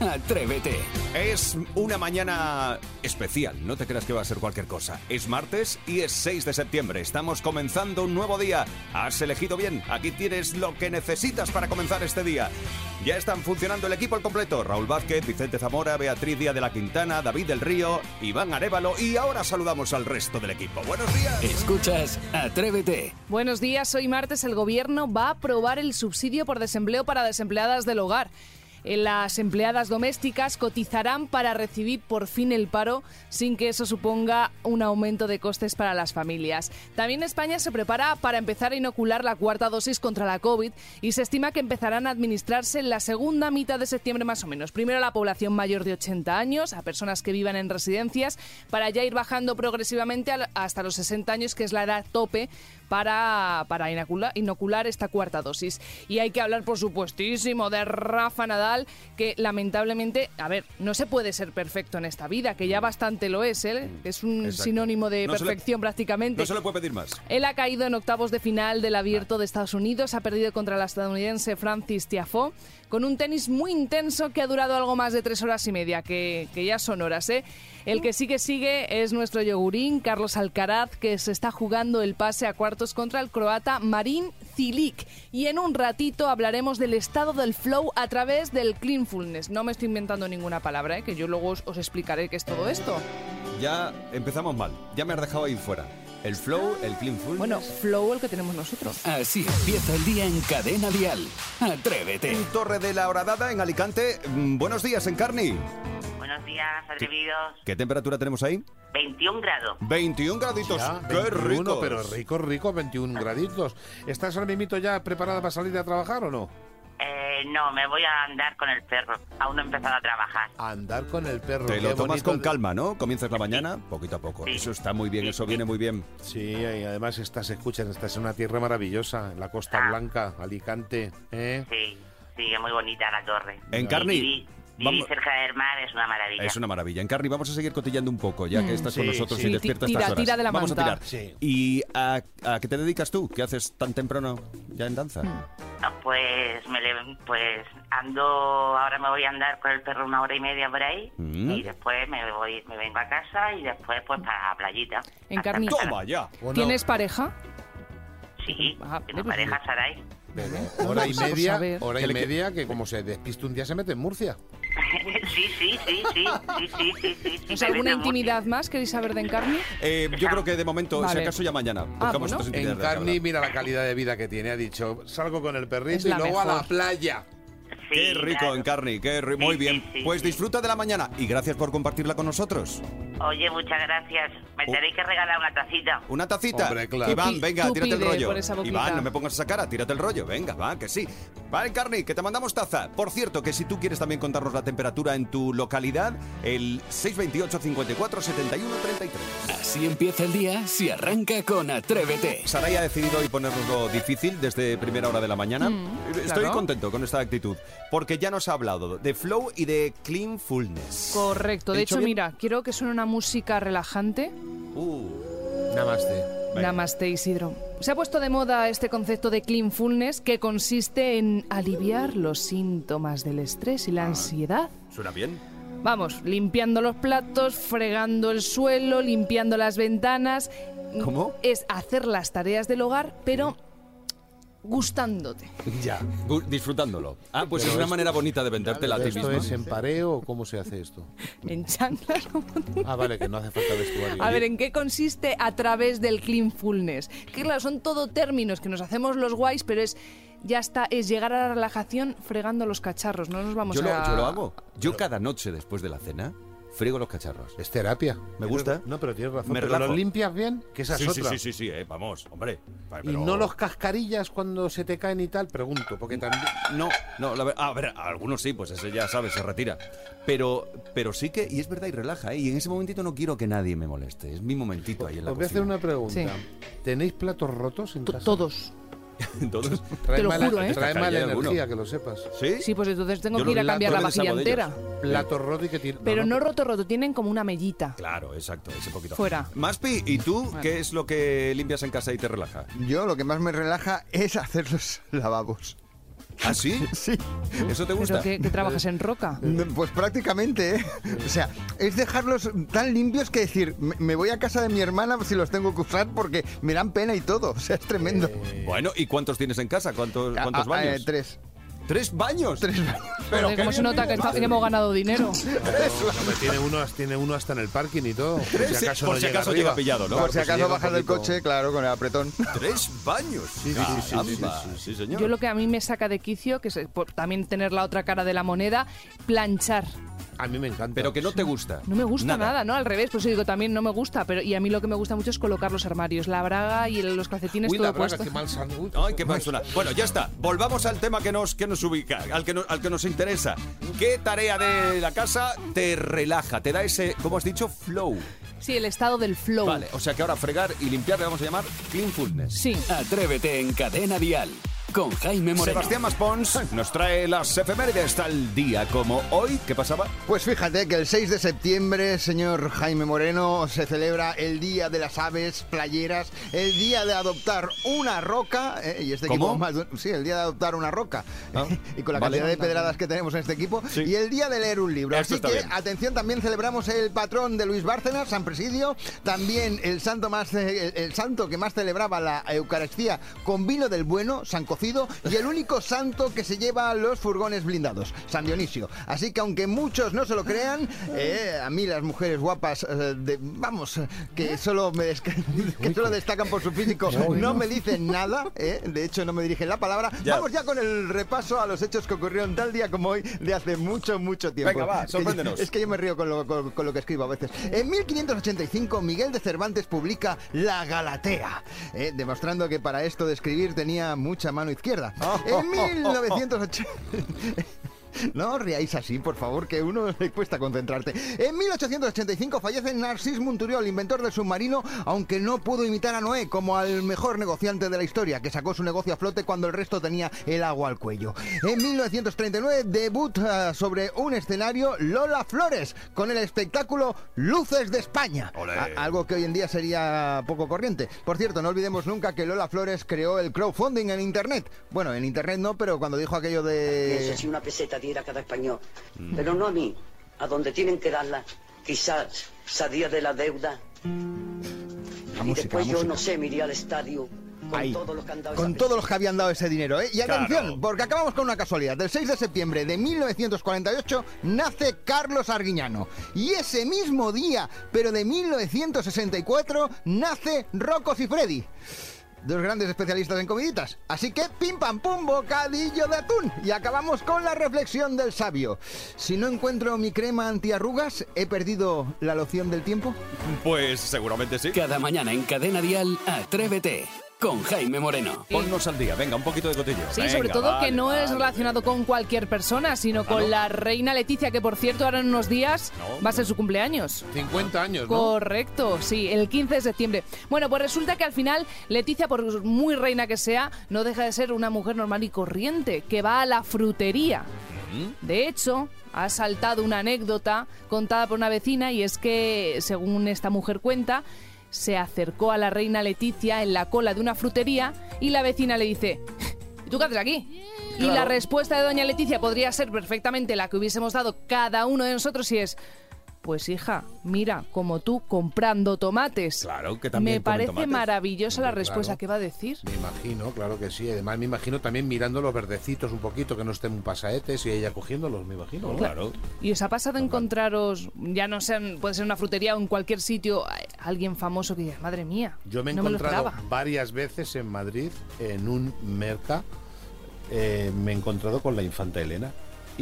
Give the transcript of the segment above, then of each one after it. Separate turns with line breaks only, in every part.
Atrévete.
Es una mañana especial, no te creas que va a ser cualquier cosa. Es martes y es 6 de septiembre, estamos comenzando un nuevo día. Has elegido bien, aquí tienes lo que necesitas para comenzar este día. Ya están funcionando el equipo al completo. Raúl Vázquez, Vicente Zamora, Beatriz Díaz de la Quintana, David del Río, Iván Arevalo y ahora saludamos al resto del equipo. Buenos días.
Escuchas Atrévete.
Buenos días, hoy martes el gobierno va a aprobar el subsidio por desempleo para desempleadas del hogar. Eh, Las empleadas domésticas cotizarán para recibir por fin el paro sin que eso suponga un aumento de costes para las familias. También España se prepara para empezar a inocular la cuarta dosis contra la COVID y se estima que empezarán a administrarse en la segunda mitad de septiembre más o menos. Primero a la población mayor de 80 años, a personas que vivan en residencias, para ya ir bajando progresivamente al- hasta los 60 años, que es la edad tope para, para inocula- inocular esta cuarta dosis. Y hay que hablar, por supuestísimo, de Rafa Nadal, que lamentablemente, a ver, no se puede ser perfecto en esta vida, que ya bastante lo es, ¿eh? es un
Mm. Exacto.
sinónimo de
No se le-
perfección prácticamente.
No se le puede pedir más.
Él ha caído en octavos de final del abierto de Estados Unidos, ha perdido contra la estadounidense Francis Tiafoe, con un tenis muy intenso que ha durado algo más de tres horas y media, que, que ya son horas. ¿eh? El que sí que sigue es nuestro yogurín, Carlos Alcaraz, que se está jugando el pase a cuartos contra el croata Marin Cilic. Y en un ratito hablaremos del estado del flow a través del cleanfulness. No me estoy inventando ninguna palabra, ¿eh? que yo luego os, os explicaré qué es todo esto.
Ya empezamos mal, ya me has dejado ahí fuera. El flow, el clean full.
Bueno, flow el que tenemos nosotros.
Así empieza el día en Cadena Dial. Atrévete.
En Torre de la Horadada, en Alicante. Mm, Buenos días, Encarni.
Buenos días, atrevidos.
¿Qué temperatura tenemos ahí?
21 grados.
21 graditos.
Ya,
¡Qué
21,
rico!
Pero rico, rico, 21 graditos. ¿Estás ahora mismo ya preparada para salir a trabajar o no?
Eh, no, me voy a andar con el perro. Aún no he empezado a trabajar.
A andar con el perro.
Te lo
qué
tomas
bonito.
con calma, ¿no? Comienzas la mañana poquito a poco.
Sí.
Eso está muy bien,
Sí,
eso
sí.
viene muy bien.
Sí, y además estás, escuchen, estás en una tierra maravillosa, en la Costa
Ah.
Blanca, Alicante. ¿eh?
Sí, sí, es muy bonita la torre.
Encarni,
Y Vivir, vivir
vamos-
cerca del mar es una maravilla.
Es una maravilla. Encarni, vamos a seguir cotillando un poco, ya que estás con
Mm, Sí,
nosotros
sí.
y
Sí,
despiertas
tira,
estas horas.
tira de la
vamos a
manta.
tirar.
Sí.
¿Y a, a qué te dedicas tú? ¿Qué haces tan temprano ya en danza?
Mm.
Ah, Pues me le- pues ando, ahora me voy a andar con el perro una hora y media por ahí
Mm.
y después me voy, me vengo a casa y después pues para la playita.
Encarni.
¡Toma ya!
¿O no?
¿Tienes pareja?
Sí,
Ah,
que me
pues
pareja Saray.
Pero hora y
Vamos a
media,
saber.
hora
¿Qué
y
le-
media, que como se despiste un día se mete en Murcia.
sí, sí, sí, sí, sí, sí, sí, sí, sí.
¿Es
me
alguna
meten mucho.
intimidad más queréis saber de Encarni?
Eh, yo creo que de momento, si
Vale. Ah,
acaso ya mañana, buscamos
bueno.
otras entidades de
Encarni,
verdad.
mira la calidad de vida que tiene. Ha dicho, salgo con el
Es
perrito y
la
luego a la
mejor.
playa.
Sí,
Qué rico,
claro.
Encarni, qué ri-
Sí,
Muy
sí,
bien.
sí,
Pues
sí.
disfruta de la mañana y gracias por compartirla con nosotros.
Oye, muchas gracias. Me
Oh.
tenéis que regalar una tacita.
Una tacita.
Hombre, claro.
Iván,
Tú pi-
venga,
tú
tírate el
pide
rollo.
por esa boquita.
Iván, no me pongas esa cara, tírate el rollo. Venga, va, que sí. Vale, Carni, que te mandamos taza. Por cierto, que si tú quieres también contarnos la temperatura en tu localidad, el 628 54 71 33.
Así empieza el día si arranca con Atrévete.
Saray ha decidido hoy ponernoslo difícil desde primera hora de la mañana. Estoy
Mm, claro.
contento con esta actitud, porque ya nos ha hablado de flow y de cleanfulness.
Correcto. De
¿He dicho
hecho,
bien?
mira, quiero que suene una música relajante.
Uh,
Namaste.
Venga.
Namaste, Isidro. Se ha puesto de moda este concepto de cleanfulness que consiste en aliviar los síntomas del estrés y la ansiedad.
¿Suena bien?
Vamos, limpiando los platos, fregando el suelo, limpiando las ventanas.
¿Cómo?
Es hacer las tareas del hogar, pero gustándote.
Ya.
Gu- Disfrutándolo. Ah, pues
Pero
es una
es-
manera bonita de vendértela a ti
¿Esto
mismo.
es en pareo o cómo se hace esto?
En chanclas, como
Ah, vale, que no hace falta vestuario.
A ver, ¿en qué consiste a través del cleanfulness? Que claro, son todo términos que nos hacemos los guays, pero es ya está, es llegar a la relajación fregando los cacharros. No nos vamos
Yo,
a.
lo, yo lo hago. Yo cada noche después de la cena friego los cacharros.
Es terapia.
Me gusta.
No, pero tienes razón.
Me
pero
relajo.
los limpias bien, que esa es
Sí, sí,
otra.
sí, sí, sí, eh, vamos, hombre. Pa-
Y
pero-
no los cascarillas cuando se te caen y tal, pregunto, porque también...
No, no, la ver- a ver, a algunos sí, pues ese ya sabe, se retira. Pero, pero sí que, y es verdad, y relaja, ¿eh? Y en ese momentito no quiero que nadie me moleste. Es mi momentito ahí en la
Os voy a hacer
cocina.
una pregunta.
Sí.
¿Tenéis platos rotos en
To-
casa?
Todos.
Entonces,
Trae
Te lo
mala,
juro, ¿eh?
trae
Calle
mala
alguno.
energía, que lo sepas.
¿sí?
Sí, pues entonces tengo
Yo
que ir a
los la-
cambiar
yo
la
me
vajilla
deshago de
entera.
ellos.
Platos rotos y que tiran...
Pero no roto, roto, tienen como una mellita.
Claro, exacto, ese poquito.
Fuera.
Maspi, ¿y tú qué es lo que limpias en casa y te relaja?
Yo lo que más me relaja es hacer los lavabos.
¿Ah, sí?
Sí.
¿Eso te
Pero
gusta?
que, que trabajas en roca.
Pues prácticamente, ¿eh? O sea, es dejarlos tan limpios que decir, me me voy a casa de mi hermana si los tengo que usar porque me dan pena y todo. O sea, es tremendo.
Eh,
Bueno, ¿y cuántos tienes en casa? ¿Cuántos, cuántos
Ah, ah, eh,
baños?
tres.
¿Tres baños?
Tres baños.
Pero
Joder, ¿Cómo
qué
se
bien
nota que,
vives.
está- que hemos ganado dinero?
Hombre, tiene, uno, tiene uno hasta en el parking y todo. Por
Tres,
si acaso,
por
no
si
llega
acaso
arriba.
llega pillado, ¿no?
Claro,
Por si
pues
acaso
llega un
bajas del
poquito-
coche, claro, con el apretón.
Tres baños.
Sí, sí, sí, sí,
Caramba.
sí, sí, sí.
señor.
Yo lo que a mí me saca de quicio, que es eh, por también tener la otra cara de la moneda, planchar.
A mí me encanta.
Pero que no te gusta.
No me gusta nada, ¿no? Al revés, pues yo digo, también no me gusta, pero y a mí lo que me gusta mucho es colocar los armarios, la braga y el- los calcetines
Uy,
todo
la braga,
puesto.
qué mal Pues san- Uy,
Ay, qué mal suena. Bueno, ya está. Volvamos al tema que nos, que nos ubica, al que, no- al que nos interesa. ¿Qué tarea de la casa te relaja? Te da ese, ¿cómo has dicho? Flow.
Sí, el estado del flow.
Vale, o sea que ahora fregar y limpiar le vamos a llamar cleanfulness.
Sí.
Atrévete en Cadena Dial con Jaime Moreno.
Sebastián Maspons nos trae las efemérides tal día como hoy. ¿Qué pasaba?
Pues fíjate que el 6 de septiembre, señor Jaime Moreno, se celebra el Día de las Aves Playeras, el Día de adoptar una roca, eh, y este
¿Cómo?
equipo más de un- sí, el Día de adoptar una roca,
Ah,
y con la
vale.
cantidad de pedradas que tenemos en este equipo,
Sí.
y el Día de leer un libro.
Esto
Así
está
que,
bien.
atención, también celebramos el patrón de Luis Bárcenas, San Presidio, también el santo, más, eh, el, el santo que más celebraba la Eucaristía con vino del bueno, San Cocido, y el único santo que se lleva los furgones blindados, San Dionisio. Así que aunque muchos no se lo crean, eh, a mí las mujeres guapas, eh, de- vamos, eh, que solo me desca- que solo destacan por su físico, no me dicen nada, eh, de hecho no me dirigen la palabra.
Ya.
Vamos ya con el repaso a los hechos que ocurrieron tal día como hoy de hace mucho, mucho tiempo.
Venga, va,
Es que yo-
sorpréndenos.
es que yo me río con lo, con- con lo que escribo a veces. En 1585, Miguel de Cervantes publica La Galatea, eh, demostrando que para esto de escribir tenía mucha mano izquierda.
Ah.
En 1980... No os riáis así, por favor, que a uno le cuesta concentrarte. En 1885 fallece Narcís Monturiol, inventor del submarino, aunque no pudo imitar a Noé como al mejor negociante de la historia, que sacó su negocio a flote cuando el resto tenía el agua al cuello. En 1939 debut ah, sobre un escenario Lola Flores con el espectáculo Luces de España.
Olé.
A- algo que hoy en día sería poco corriente. Por cierto, no olvidemos nunca que Lola Flores creó el crowdfunding en Internet. Bueno, en Internet no, pero cuando dijo aquello de...
Eso si una peseta diera cada español.
Mm.
Pero no a mí, a donde tienen que darla. Quizás salía de la deuda.
La
y
música,
después
la
yo
música.
no sé, me iría al estadio con
Ahí.
todos los que han dado
Con
esa
todos los que habían dado ese dinero, ¿eh? Y
Claro.
atención, porque acabamos con una casualidad. Del 6 de septiembre de 1948 nace Carlos Arguiñano. Y ese mismo día, pero de 1964, nace Rocos y Freddy. Dos grandes especialistas en comiditas. Así que pim pam pum, bocadillo de atún. Y acabamos con la reflexión del sabio. Si no encuentro mi crema antiarrugas, ¿he perdido la loción del tiempo?
Pues seguramente sí.
Cada mañana en Cadena Dial, Atrévete con Jaime Moreno.
Ponnos al día, venga, un poquito de cotillo.
Sí,
Venga,
sobre todo
vale,
que no
vale.
es relacionado con cualquier persona, sino con la reina Leticia, que por cierto ahora en unos días
No.
va a ser su cumpleaños.
50 años, ¿no?
Correcto, sí, el 15 de septiembre. Bueno, pues resulta que al final Leticia, por muy reina que sea, no deja de ser una mujer normal y corriente, que va a la frutería. De hecho, ha saltado una anécdota contada por una vecina y es que, según esta mujer cuenta, se acercó a la reina Leticia en la cola de una frutería y la vecina le dice, ¿y tú qué haces aquí? Y la respuesta de doña Leticia podría ser perfectamente la que hubiésemos dado cada uno de nosotros y es... Pues hija, mira, como tú comprando tomates.
Claro, que también
Me
comen
parece
tomates.
maravillosa la respuesta
claro.
que va a decir.
Me imagino, claro que sí. Además, me imagino también mirando los verdecitos un poquito, que no estén un pasaetes y ella cogiéndolos, me imagino. ¿no?
Claro.
¿Y os ha pasado encontraros, ya no sé, en- puede ser en una frutería o en cualquier sitio, a- alguien famoso que digas, madre mía?
Yo me he
no lo
encontrado
esperaba"?
varias veces en Madrid, en un merca, eh, me he encontrado con la infanta Elena.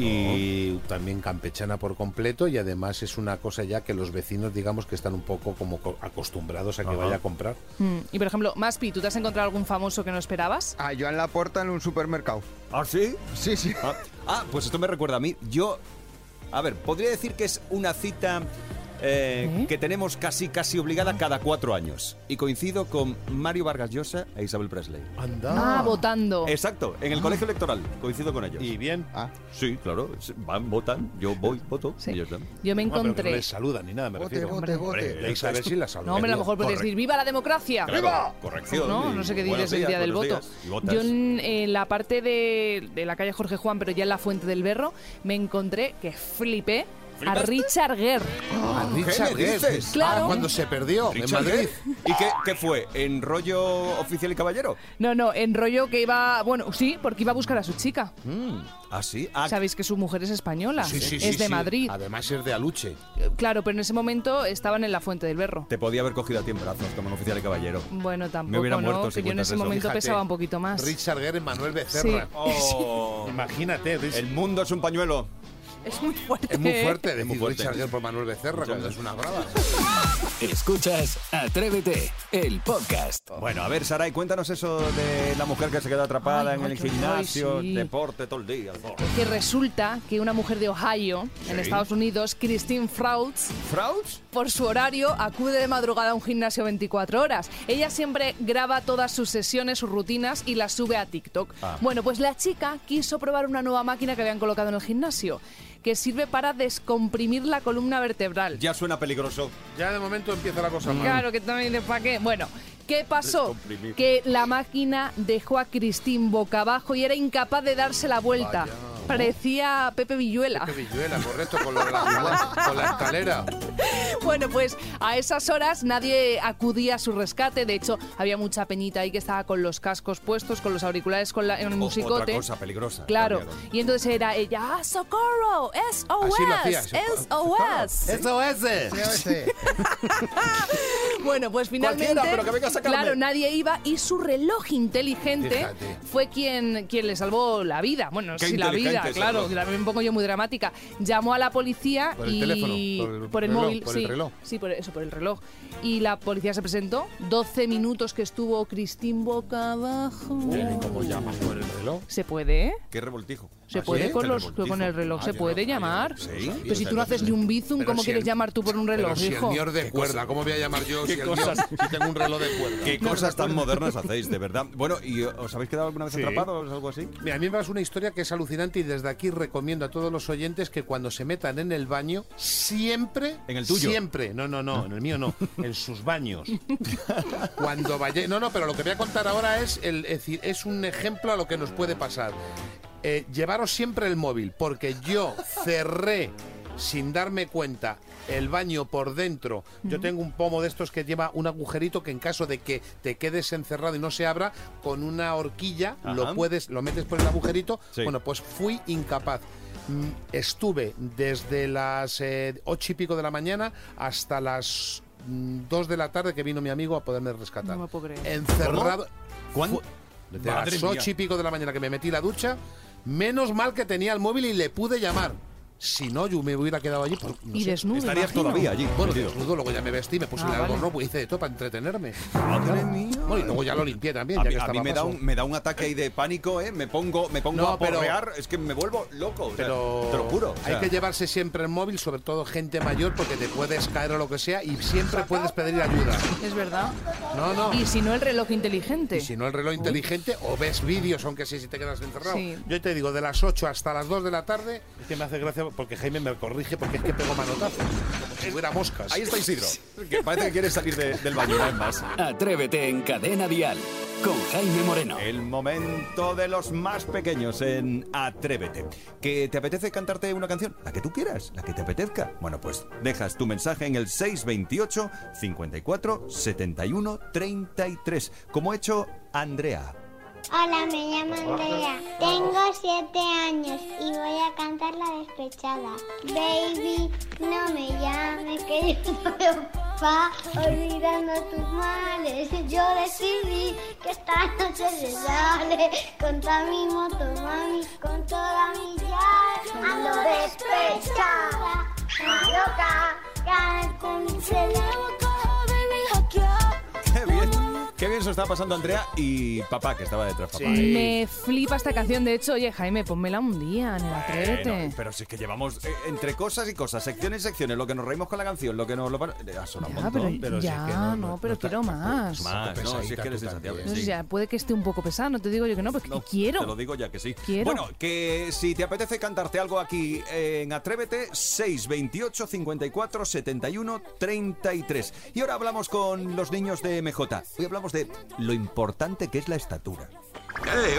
Y también campechana por completo y además es una cosa ya que los vecinos digamos que están un poco como co- acostumbrados a que
Ajá.
vaya a comprar.
Mm, Y por ejemplo, Maspi, ¿tú te has encontrado algún famoso que no esperabas?
Ah, yo en la puerta en un supermercado.
¿Ah, sí?
Sí, sí.
Ah, ah, pues esto me recuerda a mí. Yo, a ver, podría decir que es una cita eh, que tenemos casi casi obligada cada cuatro años. Y coincido con Mario Vargas Llosa e Isabel Presley.
Anda.
Ah, votando.
Exacto, en
Ah.
el colegio electoral, coincido con ellos.
Y bien.
Ah,
Sí, claro, s- van, votan, yo Ah, voy, voto,
Sí.
ellos dan.
Yo me
No, Ah, pero que no
encontré.
les saludan ni nada, me
vote,
refiero.
vote,
Hombre,
vote.
Le Isabel sí la saluda.
No, hombre, a lo mejor puedes
Correcto.
decir ¡Viva la democracia!
Claro, Corrección.
No,
y
no sé qué
buenos
dices el
días,
día del
buenos
voto.
días, y votas.
Yo en, en la parte de, de la calle Jorge Juan, pero ya en la Fuente del Berro, me encontré que flipé a
¿Flipaste?
Richard Gere.
A
¿Qué
Richard
me
Gere.
dices?
Claro.
Ah, cuando se perdió en
Richard
Madrid.
Gere. ¿Y qué, qué fue? ¿En rollo oficial y caballero?
No, no, en rollo que iba... Bueno, sí, porque iba a buscar a su chica.
Ah, sí. Ah,
Sabéis que su mujer es española,
Sí, sí,
es
sí,
de
sí.
Madrid.
Además es de Aluche.
Eh, Claro, pero en ese momento estaban en la Fuente del Berro.
te podía haber cogido a ti en brazos como un oficial y caballero.
Bueno, tampoco,
hubiera
¿no?
muerto si
que yo en
cuentas
ese
eso.
momento
Fíjate.
pesaba un poquito más.
Richard Gere, Manuel Becerra.
Sí.
Oh,
Imagínate, Rich-
el mundo es un pañuelo.
Es muy fuerte.
es muy
¿eh?
fuerte decir
muy fuerte.
Richard Gere por Manuel Becerra
Muchas
cuando es
gracias.
una brava.
Escuchas Atrévete, el podcast.
Bueno, a ver, Saray, cuéntanos eso de la mujer que se queda atrapada
Ay,
en el
macho, ay,
gimnasio,
sí.
deporte todo el día. por favor.
Que resulta que una mujer de Ohio, en
Sí.
Estados Unidos, Christine Frauds,
¿Frauds?
por su horario, acude de madrugada a un gimnasio 24 horas. Ella siempre graba todas sus sesiones, sus rutinas y las sube a TikTok.
Ah.
Bueno, pues la chica quiso probar una nueva máquina que habían colocado en el gimnasio, que sirve para descomprimir la columna vertebral.
Ya suena peligroso.
Ya de momento empieza la cosa mal.
Claro, que también dices, ¿para qué? Bueno, ¿qué pasó?
Descomprimir.
Que la máquina dejó a Cristín boca abajo y era incapaz de darse la vuelta. Parecía Pepe Villuela.
Qué villuela, correcto, con, lo de la, con la- con la escalera.
Bueno, pues a esas horas nadie acudía a su rescate. De hecho, había mucha peñita ahí que estaba con los cascos puestos, con los auriculares con la, en el
O-
musicote.
otra cosa peligrosa.
Claro.
también.
Y entonces era ella, ¡Ah, socorro!
Así lo hacía,
¡SOS! ¡SOS!
¡Eso es! eh.
Vea ese.
Bueno, pues finalmente.
Cualquiera, pero que venga a sacarme.
Claro, nadie iba y su reloj inteligente
Fíjate.
fue quien, quien le salvó la vida. Bueno,
Qué
sí, la vida,
inteligente ese
claro,
reloj.
que también me pongo yo muy dramática. Llamó a la policía
Por el
y.
teléfono, por el
por el
reloj,
móvil,
por el
sí.
reloj.
Sí, por eso, por el reloj. Y la policía se presentó. 12 minutos que estuvo Cristín boca abajo.
¿Cómo llamas por el reloj?
Se puede, ¿eh?
Qué revoltijo.
Se
¿Ah,
puede
sí?
con,
El
los-
revoltijo.
con el reloj,
Ah,
se
yo
puede
no-
llamar.
yo no
Sí.
sabía,
Pero si tú
o sea,
no haces ni un bizum,
pero
¿cómo
si
quieres
el-
llamar tú por un
Pero
reloj,
si el
hijo?
Nior de cuerda, ¿cómo voy a llamar yo si,
¿Qué
el Nior-
cosas?
si tengo un reloj de cuerda?
Qué cosas tan modernas hacéis, de verdad. Bueno, ¿y os habéis quedado alguna vez
Sí.
atrapados o algo así?
Mira, a mí me vas una historia que es alucinante y desde aquí recomiendo a todos los oyentes que cuando se metan en el baño, siempre.
¿En el tuyo?
Siempre. No, no, no, en el mío no. En sus baños. cuando vaya. No, no, pero lo que voy a contar ahora es, el, es, decir, es un ejemplo a lo que nos puede pasar. Eh, llevaros siempre el móvil, porque yo cerré sin darme cuenta el baño por dentro. Yo tengo un pomo de estos que lleva un agujerito que en caso de que te quedes encerrado y no se abra, con una horquilla
Ajá.
lo puedes puedes- lo metes por el agujerito.
Sí.
Bueno, pues fui incapaz. Mm, Estuve desde las eh, ocho y pico de la mañana hasta las mm, dos de la tarde que vino mi amigo a poderme rescatar.
No me puedo creer.
Encerrado.
¿Cuán-
Fu- Desde
Madre
las
mía.
ocho y pico de la mañana que me metí la ducha, menos mal que tenía el móvil y le pude llamar. Si no, yo me hubiera quedado allí. Por, no
Y
sé.
desnudo.
Estarías
imagino.
todavía allí.
Bueno,
metido.
desnudo, luego ya me vestí, me puse
Ah,
el
vale.
algodón, hice de todo para entretenerme.
Madre mía.
Bueno, y luego ya lo limpié también,
Ah, A
ya
mí,
que
a
estaba
mí me,
a
da
paso.
un, me da un ataque ahí de pánico, ¿eh? Me pongo, me pongo
No,
a
pero-
porrear, es que me vuelvo loco. o sea,
Pero
te lo juro. o sea.
hay que llevarse siempre el móvil, sobre todo gente mayor, porque te puedes caer o lo que sea y siempre puedes pedir ayuda.
Es verdad.
No, no.
Y si no, el reloj inteligente.
Y si no el reloj inteligente o ves vídeos, aunque sí, si te quedas encerrado.
Sí.
Yo te digo, de las 8 hasta las 2 de la tarde, es que me hace gracia porque Jaime me corrige porque es que pego manotazos, como si hubiera moscas.
Ahí está Isidro, que parece que quiere salir de- del baño una vez más.
Atrévete en Cadena Dial con Jaime Moreno.
El momento de los más pequeños en Atrévete. ¿Que te apetece cantarte una canción? La que tú quieras, la que te apetezca. Bueno, pues dejas tu mensaje en el 628 54 71 33, como ha hecho Andrea.
Hola, me llamo Andrea. Tengo siete años y voy a cantar La Despechada. Baby, no me llames que yo no veo pa, olvidando tus males. Yo decidí que esta noche se sale con toda mi moto, mami, con toda mi llave. Ando despechada, más loca, cada con mi celular.
¡Qué bien! ¡Qué bien eso estaba pasando Andrea y papá, que estaba detrás. Papá.
Sí.
Me flipa esta canción. De hecho, oye, Jaime, ponmela un día en el atrévete.
Bueno, pero si es que llevamos eh, entre cosas y cosas, secciones y secciones, lo que nos reímos con la canción, lo que nos lo ha sonado un
Ya,
montón.
pero- ya, no, pero
está-
quiero
tampoco
más.
es
Más,
tan
no, si es
pesadita
que eres
tú
de Santiago,
también.
Entonces
sí.
ya puede que esté un poco pesado, no te digo yo que no, porque
No,
quiero.
Te lo digo ya que sí.
Quiero.
Bueno, que si te apetece cantarte algo aquí en Atrévete, 628 54 71 33. Y ahora hablamos con los niños de MJ. Hoy hablamos de lo importante que es la estatura.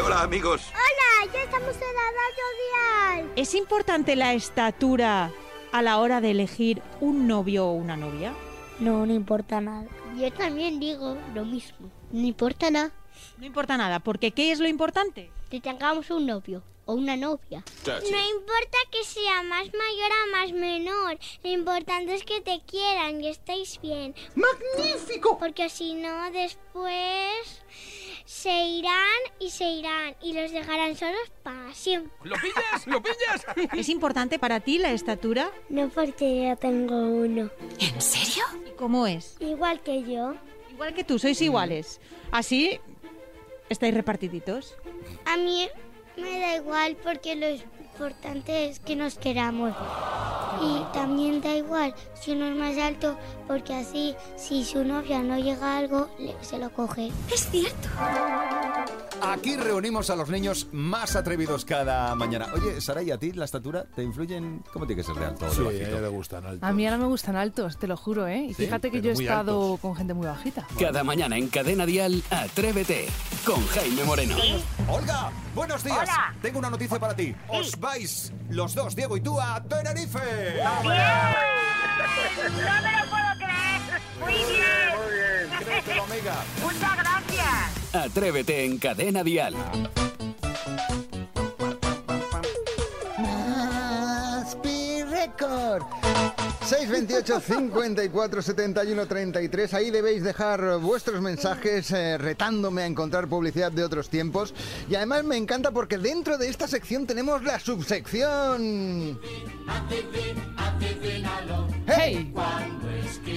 hola amigos.
Hola, ya estamos en la radio dial.
¿Es importante la estatura a la hora de elegir un novio o una novia?
No, no importa nada. Yo también digo lo mismo. No importa nada.
No importa nada, porque ¿qué es lo importante?
Que tengamos un novio o una novia. No importa que sea más mayor a más menor. Lo importante es que te quieran y estéis bien. ¡Magnífico! Porque si no, después se irán y se irán y los dejarán solos para siempre.
¿Es importante para ti la estatura?
No porque yo tengo uno.
¿En serio? ¿Y cómo es?
Igual que yo.
Igual que tú,
Mm.
sois iguales. Así estáis repartiditos.
A mí me da igual porque lo importante es que nos queramos. Y también da igual si uno es más alto porque así si su novia no llega a algo, le- se lo coge.
Aquí reunimos a los niños más atrevidos cada mañana. Oye, Sara, ¿y a ti la estatura te influye en cómo tiene que ser de alto o de
Sí, a
bajito?
ella le gustan altos.
A mí ahora me gustan altos, te lo juro, ¿eh? Y
Sí,
fíjate que
pero
yo he
muy
estado
altos.
con gente muy bajita.
Cada mañana en Cadena Dial, Atrévete con Jaime Moreno.
Olga, buenos días.
Hola.
Tengo una noticia para ti. Os vais los dos, Diego y tú, a Tenerife.
¡Bien! ¡No me lo puedo creer! ¡Muy bien!
Créetelo, amiga.
¡Muchas gracias!
Atrévete en Cadena Dial.
Aspi Record. 628 54 71 33. Ahí debéis dejar vuestros mensajes eh, retándome a encontrar publicidad de otros tiempos. Y además me encanta porque dentro de esta sección tenemos la subsección.
¡Hey!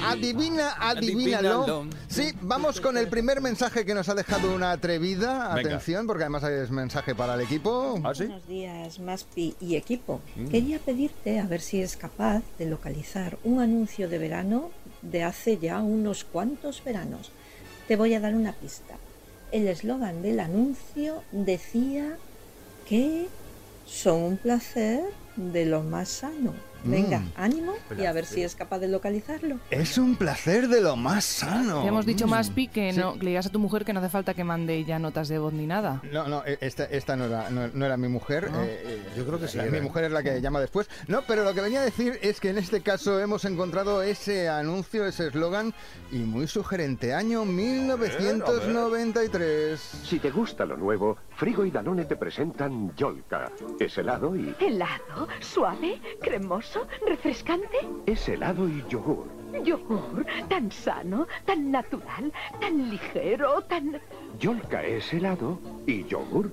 Adivina, adivínalo.
Adivínalo.
Sí, vamos con el primer mensaje que nos ha dejado una atrevida.
Venga.
Atención, porque además es mensaje para el equipo.
¿Ah, sí?
Buenos días, Maspi y equipo. Quería pedirte a ver si es capaz de localizar un anuncio de verano de hace ya unos cuantos veranos. Te voy a dar una pista. El eslogan del anuncio decía que son un placer de lo más sano. Venga,
Mm.
ánimo y a ver si es capaz de localizarlo.
Es un placer de lo más sano.
Te hemos dicho,
Mm.
Maspi, que, no, que le digas a tu mujer que no hace falta que mande ya notas de voz ni nada.
No, no, eh, esta, esta no, era, no, no era mi mujer. eh, eh,
Yo creo que sí
la-
era.
Mi mujer es la que llama después. No, pero lo que venía a decir es que en este caso hemos encontrado ese anuncio, ese eslogan, y muy sugerente. Año 1993.
Si te gusta lo nuevo, Frigo y Danone te presentan Yolka. Es helado y...
Helado, suave, cremoso, refrescante.
Es helado y yogur.
Yogur, tan sano, tan natural, tan ligero, tan...
Yolka es helado y yogur.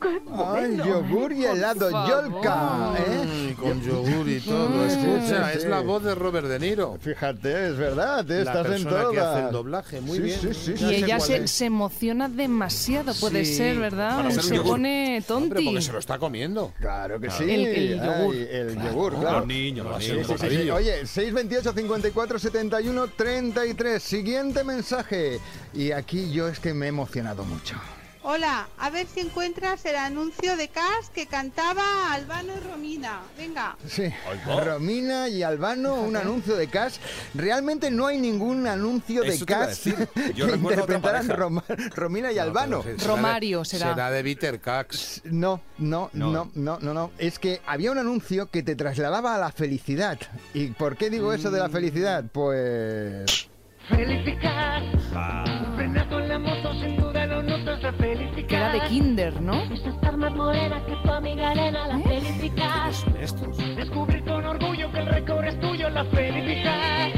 ¡Qué
¡Ay, yogur y helado!
favor.
¡Yolka! ¿eh? Mm,
Mm, con yogur y todo.
Sí,
Escucha,
sí,
es
sí.
la voz de Robert De Niro.
Fíjate, es verdad, eh,
la
estás en
persona que hace el
todas.
doblaje. Muy
Sí,
bien.
sí, sí,
Ya
sí.
Y
sé
ella
cuál
se,
es.
se emociona demasiado, puede
Sí,
ser, ¿verdad?
para ser un
Se
yogur.
pone
Hombre,
tonti.
porque se lo está comiendo.
Claro que sí.
El- el
Ay,
yogur.
el yogur, claro.
Los niños, los
Sí,
niños.
Sí, sí, sí, sí. Oye, 628 54 71 33. Siguiente mensaje. Y aquí yo es que me he emocionado mucho.
Hola, a ver si encuentras el anuncio de Cas que cantaba Albano Romina. Venga.
Sí. Romina y Albano, un anuncio de Cash. Realmente no hay ningún anuncio
Eso
de
te iba a
Cash
decir. Yo
que
recuerdo otra
interpretaran
pareja.
Roma- Romina y Albano.
Pero de-
Romario será.
Será de Bitter Cax.
No, no,
No.
no, no, no, no. Es que había un anuncio que te trasladaba a la felicidad. ¿Y por qué digo eso de
Mm.
la felicidad? Pues...
Felicidad. Frena con la moto, sin duda no notas la felicidad.
Que era de Kinder, ¿no?
estar más morena que tu amiga Elena, la felicidad.
Descubrir con orgullo que el récord es tuyo, la felicidad.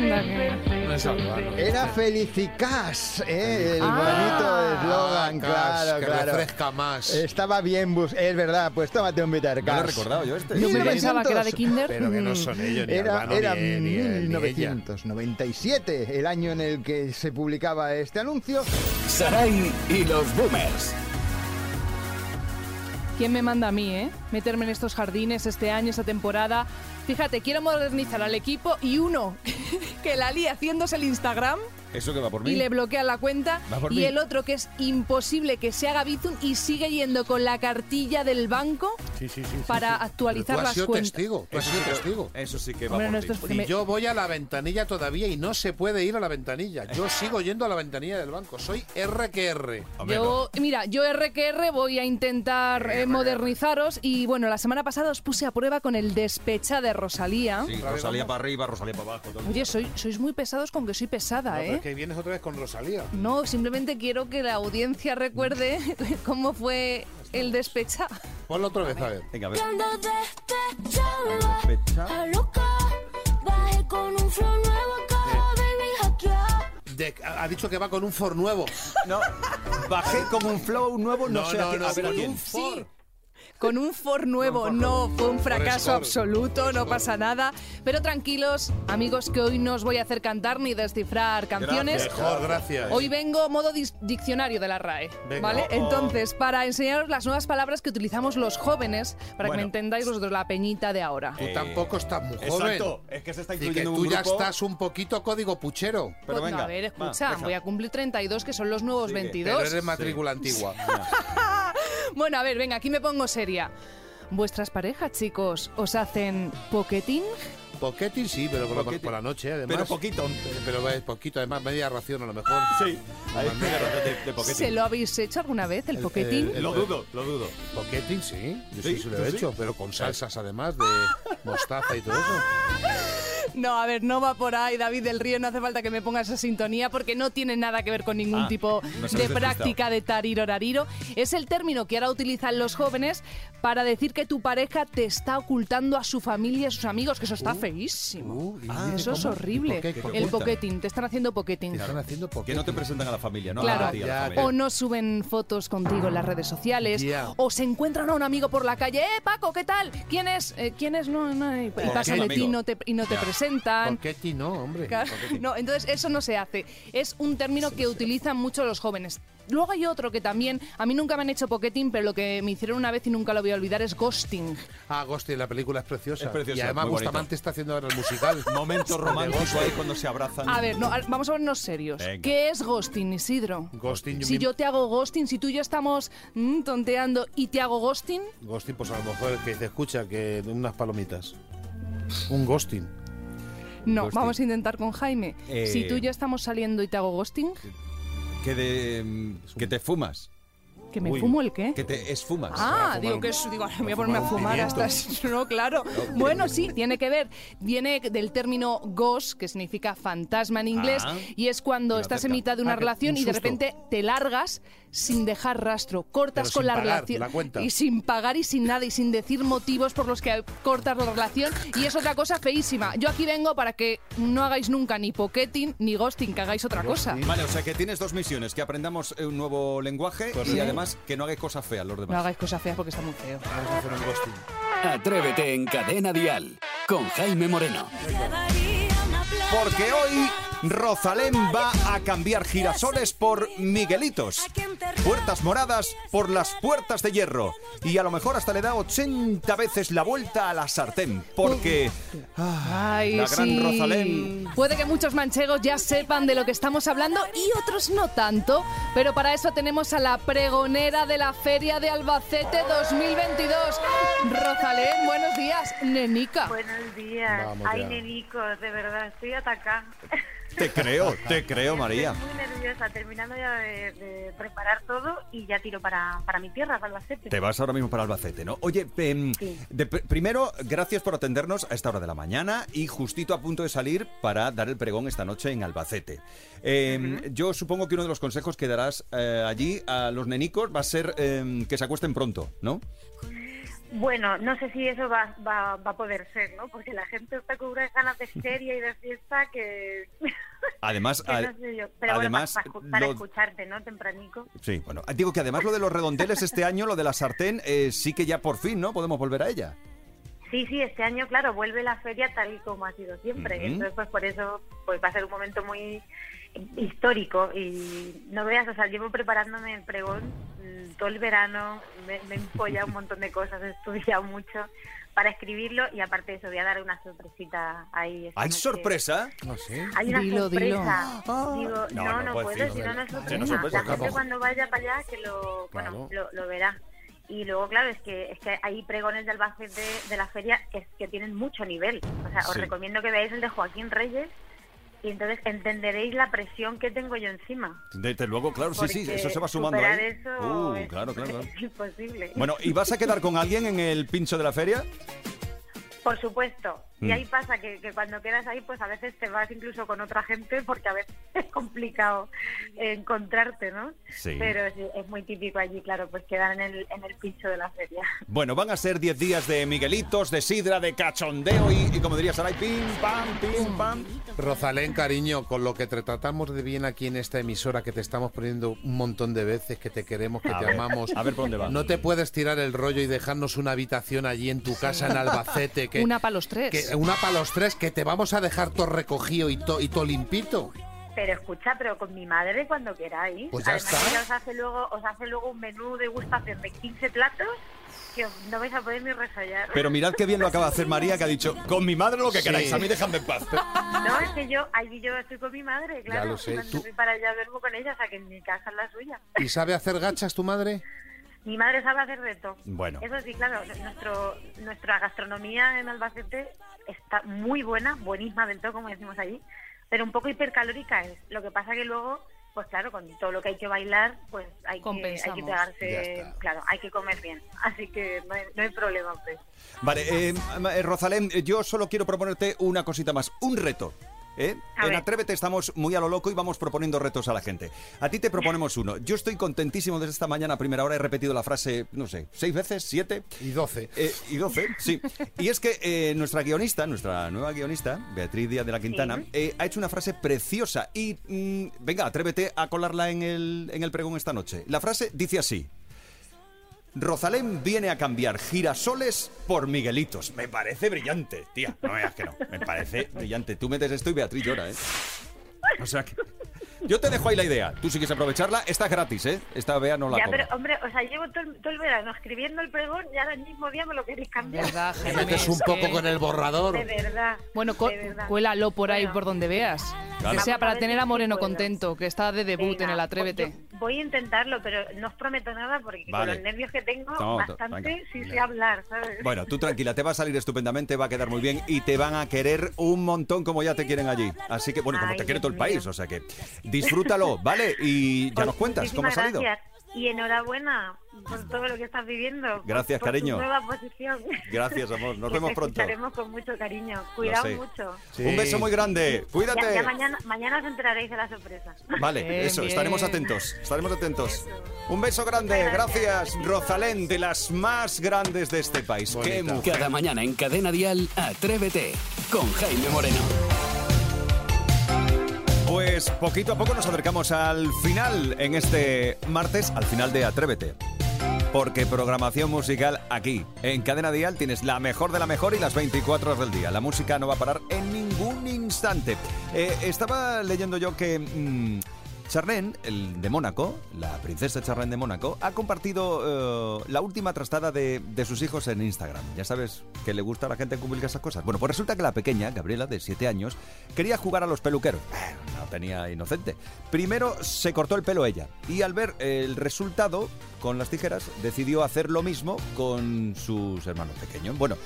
Anda, que-
No es Albano.
Era Felicicas, ¿eh? el
Ah.
bonito eslogan, claro, claro,
que
claro.
refresca más.
Estaba bien, bus es verdad, pues tómate un Bitter
No lo he
Cars.
recordado yo este.
Yo pensaba que era de kinder.
Pero que no son ellos, ni
era,
Albano,
era
ni- ni él, ni ella.
1997, el año en el que se publicaba este anuncio.
Sarai y los boomers.
¿Quién me manda a mí, eh? Meterme en estos jardines este año, esta temporada. Fíjate, quiero modernizar al equipo y uno que la lía haciéndose el Instagram
Eso que va por mí.
y le bloquean la cuenta.
Va por
Y
mí.
el otro que es imposible que se haga Bizum y sigue yendo con la cartilla del banco
Sí, sí, sí.
para actualizar
Tú has
las
sido
cuentas.
testigo, tú has
Eso
sido
Pues sí que-
testigo.
Eso sí que va
Hombre, no,
por
esto
ti.
es-
Y yo voy a la ventanilla todavía y no se puede ir a la ventanilla. Yo sigo yendo a la ventanilla del banco. Soy RQR.
Yo, mira, yo RQR voy a intentar eh, modernizaros y bueno, la semana pasada os puse a prueba con el despecha de Rosalía.
Sí, Rosalía para arriba, Rosalía para abajo. todo.
Oye, soy- sois muy pesados con que soy pesada,
No,
¿eh?
pero es que vienes otra vez con Rosalía.
No, simplemente quiero que la audiencia recuerde cómo fue el despecha.
Ponlo otra vez, a ver.
Venga, a ver.
De- ha ha dicho que va con un for nuevo.
No, bajé como un flow nuevo, no,
No,
sé
no,
a qué-
no,
a ver a
con
quién.
un for.
Con un Ford nuevo, no, fue un fracaso
Ford.
absoluto, no pasa nada. Pero tranquilos, amigos, que hoy no os voy a hacer cantar ni descifrar canciones.
Mejor, gracias.
Hoy vengo modo dis- diccionario de la RAE,
Venga.
¿vale?
Oh, oh.
Entonces, para enseñaros las nuevas palabras que utilizamos los jóvenes, para que
Bueno.
me entendáis vosotros la peñita de ahora.
Tú tampoco estás muy joven.
Eh, Exacto, es que se está
Y que
incluyendo
tú
un grupo.
ya estás un poquito código puchero.
Pero
Pues,
venga,
a ver,
va,
escucha,
deja.
voy a cumplir 32, que son los nuevos
Sigue.
22.
Pero eres matrícula antigua.
Bueno, a ver, venga, aquí me pongo seria. ¿Vuestras parejas, chicos, os hacen poquetín?
Poquetín sí, pero por la,
Poquetín.
por la noche, además.
Pero poquito.
Pero es poquito, además, media ración a lo mejor.
Sí, ahí fíjate, de, de poquete.
¿Se lo habéis hecho alguna vez, el,
El- eh,
poquetín?
el-
Lo dudo, lo dudo.
Poquetín, sí. Yo sí,
Sí,
se lo
tú
he
sí.
hecho, pero con salsas además de mostaza y todo eso.
No, a ver, no va por ahí, David del Río, no hace falta que me ponga esa sintonía porque no tiene nada que ver con ningún
Ah,
tipo
nos hemos
de
despistado.
práctica de tarirorariro. Es el término que ahora utilizan los jóvenes para decir que tu pareja te está ocultando a su familia y a sus amigos, que eso está feísimo.
Uh, y
Ah,
dice,
eso es
¿cómo?
horrible.
¿Y por qué? ¿Por qué?
el poquetín, te están haciendo poquetín.
Te están haciendo
Que no te
poquetín.
presentan a la familia, ¿no?
Claro.
A ti, a la
Ya,
familia.
O no suben fotos contigo en las redes sociales.
Ya.
O se encuentran a un amigo por la calle. ¡Eh, Paco, qué tal! ¿Quién es? Eh, ¿Quién es? No, no, y
Porque
pasan
es
de
un
ti y
amigo.
no te, y no te
Ya.
presentan.
Poquetín no, hombre.
Claro, No, entonces eso no se hace. Es un término que utilizan mucho los jóvenes. Luego hay otro que también, a mí nunca me han hecho poquetín, pero lo que me hicieron una vez y nunca lo voy a olvidar es ghosting.
Ah, Ghosty, la película es preciosa.
Es preciosa,
y además
muy bonito.
Bustamante está haciendo ahora el musical.
Momento romántico ahí cuando se abrazan.
A ver, no, a- vamos a vernos serios.
Venga.
¿Qué es ghosting, Isidro?
Ghosting,
Si
me-
yo te hago ghosting, si tú y yo estamos mm, tonteando y te hago ghosting,
Ghosting, pues a lo mejor es que te escucha que unas palomitas. Un ghosting.
No,
Ghosting.
vamos a intentar con Jaime.
Eh.
Si tú y yo estamos saliendo y te hago ghosting,
Que, de, mm, que te fumas.
que me
Uy.
fumo el qué.
Que te esfumas.
Ah,
Se va Pues a fumar
digo
un-
que es, digo, ahora me voy
va
a
a
ponerme a
fumar un
fumar hasta no, claro. Bueno, sí, tiene que ver. Viene del término ghost, que significa fantasma en inglés,
Ah.
y es cuando
Me
estás
acerca.
en mitad de una
Ah, que-
relación
un
y de
susto.
repente te largas sin dejar rastro, cortas
Pero
con
sin
la
pagar
relación
la cuenta.
y sin pagar y sin nada y sin decir motivos por los que cortas la relación y es otra cosa feísima. Yo aquí vengo para que no hagáis nunca ni poqueting ni ghosting, que hagáis otra cosa.
Vale, o sea que tienes dos misiones, que aprendamos eh, un nuevo lenguaje y además que no hagáis cosas feas los
No
demás.
hagáis cosas feas porque está muy feo.
Vamos a hacer un ghosting.
Atrévete en Cadena Dial con Jaime Moreno.
Porque hoy Rosalén va a cambiar girasoles por Miguelitos, puertas moradas por las puertas de hierro y a lo mejor hasta le da 80 veces la vuelta a la sartén porque...
Ay,
La gran
sí.
Rosalén.
Puede que muchos manchegos ya sepan de lo que estamos hablando y otros no tanto, pero para eso tenemos a la pregonera de la Feria de Albacete 2022. Rosalén, buenos días. Nenica.
Buenos días.
Vamos
Ay,
ya.
nenicos, de verdad, estoy atacada.
Te creo, te creo María.
Estoy muy nerviosa, terminando ya de, de preparar todo y ya tiro para, para mi tierra, para Albacete.
Te vas ahora mismo para Albacete, ¿no? Oye, em,
Sí.
de pr- primero, gracias por atendernos a esta hora de la mañana y justito a punto de salir para dar el pregón esta noche en Albacete. Em, Yo supongo que uno de los consejos que darás eh, allí a los nenicos va a ser em, que se acuesten pronto, ¿no?
Bueno, no sé si eso va, va, va a poder ser, ¿no? Porque la gente está con unas ganas de feria y de fiesta que...
Además,
que no
al-
sé yo. Pero
además,
bueno, para, para
lo-
escucharte, ¿no? Tempranico.
sí, bueno, digo que además lo de los redondeles este año, lo de la sartén, eh, sí que ya por fin, ¿no? Podemos volver a ella.
Sí, sí, este año, claro, vuelve la feria tal y como ha sido siempre.
Ujú.
Entonces, pues por eso pues va a ser un momento muy histórico. Y no veas, o sea, llevo preparándome el pregón mm, todo el verano, me, me he empollado un montón de cosas, he estudiado mucho para escribirlo y aparte de eso voy a dar una sorpresita ahí. esta
¿Hay
noche.
sorpresa?
Hay una
Dilo, dilo. Ah.
sorpresa. Digo,
No,
no,
no
no,
puedo
puedo, si
decirlo.
no, no es
Ya no
sorpresa.
sorpresa,
La gente
claro.
cuando vaya para allá que lo, bueno, lo, lo verá. Y luego, claro, es que, es que hay pregones de Albacete de la feria que, que tienen mucho nivel. O sea, os
Sí.
recomiendo que veáis el de Joaquín Reyes y entonces entenderéis la presión que tengo yo encima.
Desde luego, claro, sí, sí,
Porque
eso se va sumando
superar
ahí.
eso
Uh,
es-
claro, claro, claro.
Es imposible.
Bueno, ¿y vas a quedar con alguien en el pincho de la feria?
Por supuesto. Y
Mm.
ahí pasa que, que cuando quedas ahí, pues a veces te vas incluso con otra gente porque a veces es complicado eh, encontrarte, ¿no?
Sí.
Pero sí, es muy típico allí, claro, pues quedar en el, en el pincho de la feria.
Bueno, van a ser 10 días de Miguelitos, de Sidra, de cachondeo y, y como diría Saray, pim, pam, pim, pam.
Rosalén, cariño, con lo que te tratamos de bien aquí en esta emisora, que te estamos poniendo un montón de veces, que te queremos, que
A
te
ver,
amamos.
a ver por dónde va.
No te puedes tirar el rollo y dejarnos una habitación allí en tu casa en Albacete. Que,
Una para los tres.
que- una para los tres, que te vamos a dejar todo recogido y todo y todo limpito.
Pero escucha, pero con mi madre cuando queráis.
Pues ya
Además,
está.
ella os hace, luego, os hace luego un menú de gustación de 15 platos que os- no vais a poder ni resollar.
Pero mirad qué bien lo acaba de hacer María, que ha dicho, con mi madre lo que
Sí.
queráis, a mí dejadme en paz.
No, es que yo, allí yo estoy con mi madre, claro.
Ah. lo sé,
y cuando
tú-
voy para allá duermo con ella, o sea que en mi casa es la suya.
¿Y sabe hacer gachas tu madre?
Mi madre sabe hacer de todo.
Bueno.
Eso sí, claro, nuestro, nuestra gastronomía en Albacete está muy buena, buenísima del todo, como decimos allí, pero un poco hipercalórica es. Lo que pasa que luego, pues claro, con todo lo que hay que bailar, pues hay, que, hay que
Compensamos.
pegarse,
Ya
claro, hay que comer bien. Así que no hay, no hay problema, pues.
Vale, eh, ma- eh, Rosalén, eh, yo solo quiero proponerte una cosita más, un reto. ¿eh?
A
En
ver.
Atrévete estamos muy a lo loco y vamos proponiendo retos a la gente. A ti te proponemos uno. Yo estoy contentísimo desde esta mañana a primera hora. He repetido la frase, no sé, seis veces, siete.
Y doce.
Eh, y 12, sí. Y es que eh, nuestra guionista, nuestra nueva guionista, Beatriz Díaz de la Quintana,
Sí.
eh, ha hecho una frase preciosa y mm, venga, atrévete a colarla en el, en el pregón esta noche. La frase dice así. Rosalén viene a cambiar girasoles por Miguelitos. Me parece brillante, tía. No me digas que no. Me parece brillante. Tú metes esto y Beatriz llora, ¿eh? O sea que... Yo te dejo ahí la idea. Tú si quieres aprovecharla, está gratis, ¿eh? Esta Bea no la
ya,
cobra.
pero hombre, o sea, llevo todo, el- todo el verano escribiendo el pregón y ahora el mismo día me lo queréis cambiar.
Te metes un poco con el borrador.
De verdad.
Bueno, co-
de verdad.
cuélalo por ahí, por donde veas.
Claro.
Que sea
Vamos a
para
ver
tener
si
a Moreno
puedo.
contento, que está de debut en
Venga,
el Atrévete.
pues yo Voy a intentarlo, pero no os prometo nada porque
Vale.
con los nervios que tengo,
No, no,
bastante
venga.
sí sé hablar, ¿sabes?
Bueno, tú tranquila, te va a salir estupendamente, va a quedar muy bien y te van a querer un montón como ya te quieren allí. Así que, bueno, como
Ay,
te quiere
Dios
todo el
mío. Pues
país, o sea que disfrútalo, ¿vale? Y ya nos cuentas cómo ha
Muchísimas
salido.
gracias. Y enhorabuena por todo lo que estás viviendo. por-
Gracias,
por tu
cariño.
nueva posición.
Gracias, amor, nos
Que
vemos
te
pronto.
escucharemos con mucho cariño. Cuidado
sé.
mucho.
Un beso muy grande, cuídate.
Ya, ya mañana, mañana os enteraréis de la sorpresa.
Vale, eso, estaremos atentos, estaremos atentos. Un beso grande, gracias, Rosalén, de las más grandes de este país. Qué mujer.
Cada mañana en Cadena Dial, Atrévete con Jaime Moreno.
Pues poquito a poco nos acercamos al final en este martes, al final de Atrévete. Porque programación musical aquí, en Cadena Dial, tienes la mejor de la mejor y las 24 horas del día. La música no va a parar en ningún instante. Eh, estaba leyendo yo que mm, Charlene, el de Mónaco, la princesa Charlene de Mónaco, ha compartido eh, la última trastada de, de sus hijos en Instagram. Ya sabes que le gusta a la gente que publica esas cosas. Bueno, pues resulta que la pequeña, Gabriela, de 7 años, quería jugar a los peluqueros. Eh, No tenía inocente. Primero se cortó el pelo ella y al ver el resultado con las tijeras decidió hacer lo mismo con sus hermanos pequeños. Bueno,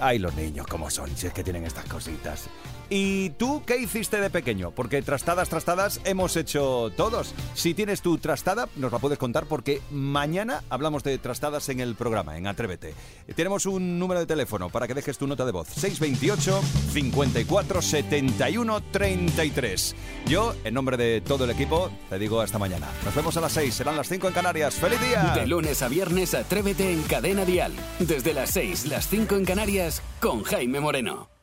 ay los niños como son, si es que tienen estas cositas. ¿Y tú qué hiciste de pequeño? Porque trastadas, trastadas hemos hecho todos. Si tienes tu trastada, nos la puedes contar porque mañana hablamos de trastadas en el programa, en Atrévete. Tenemos un número de teléfono para que dejes tu nota de voz. 628 54 71 33. Yo, en nombre de todo el equipo, te digo hasta mañana. Nos vemos a las 6, serán las 5 en Canarias. ¡Feliz día!
De lunes a viernes, atrévete en Cadena Dial. Desde las 6, las 5 en Canarias, con Jaime Moreno.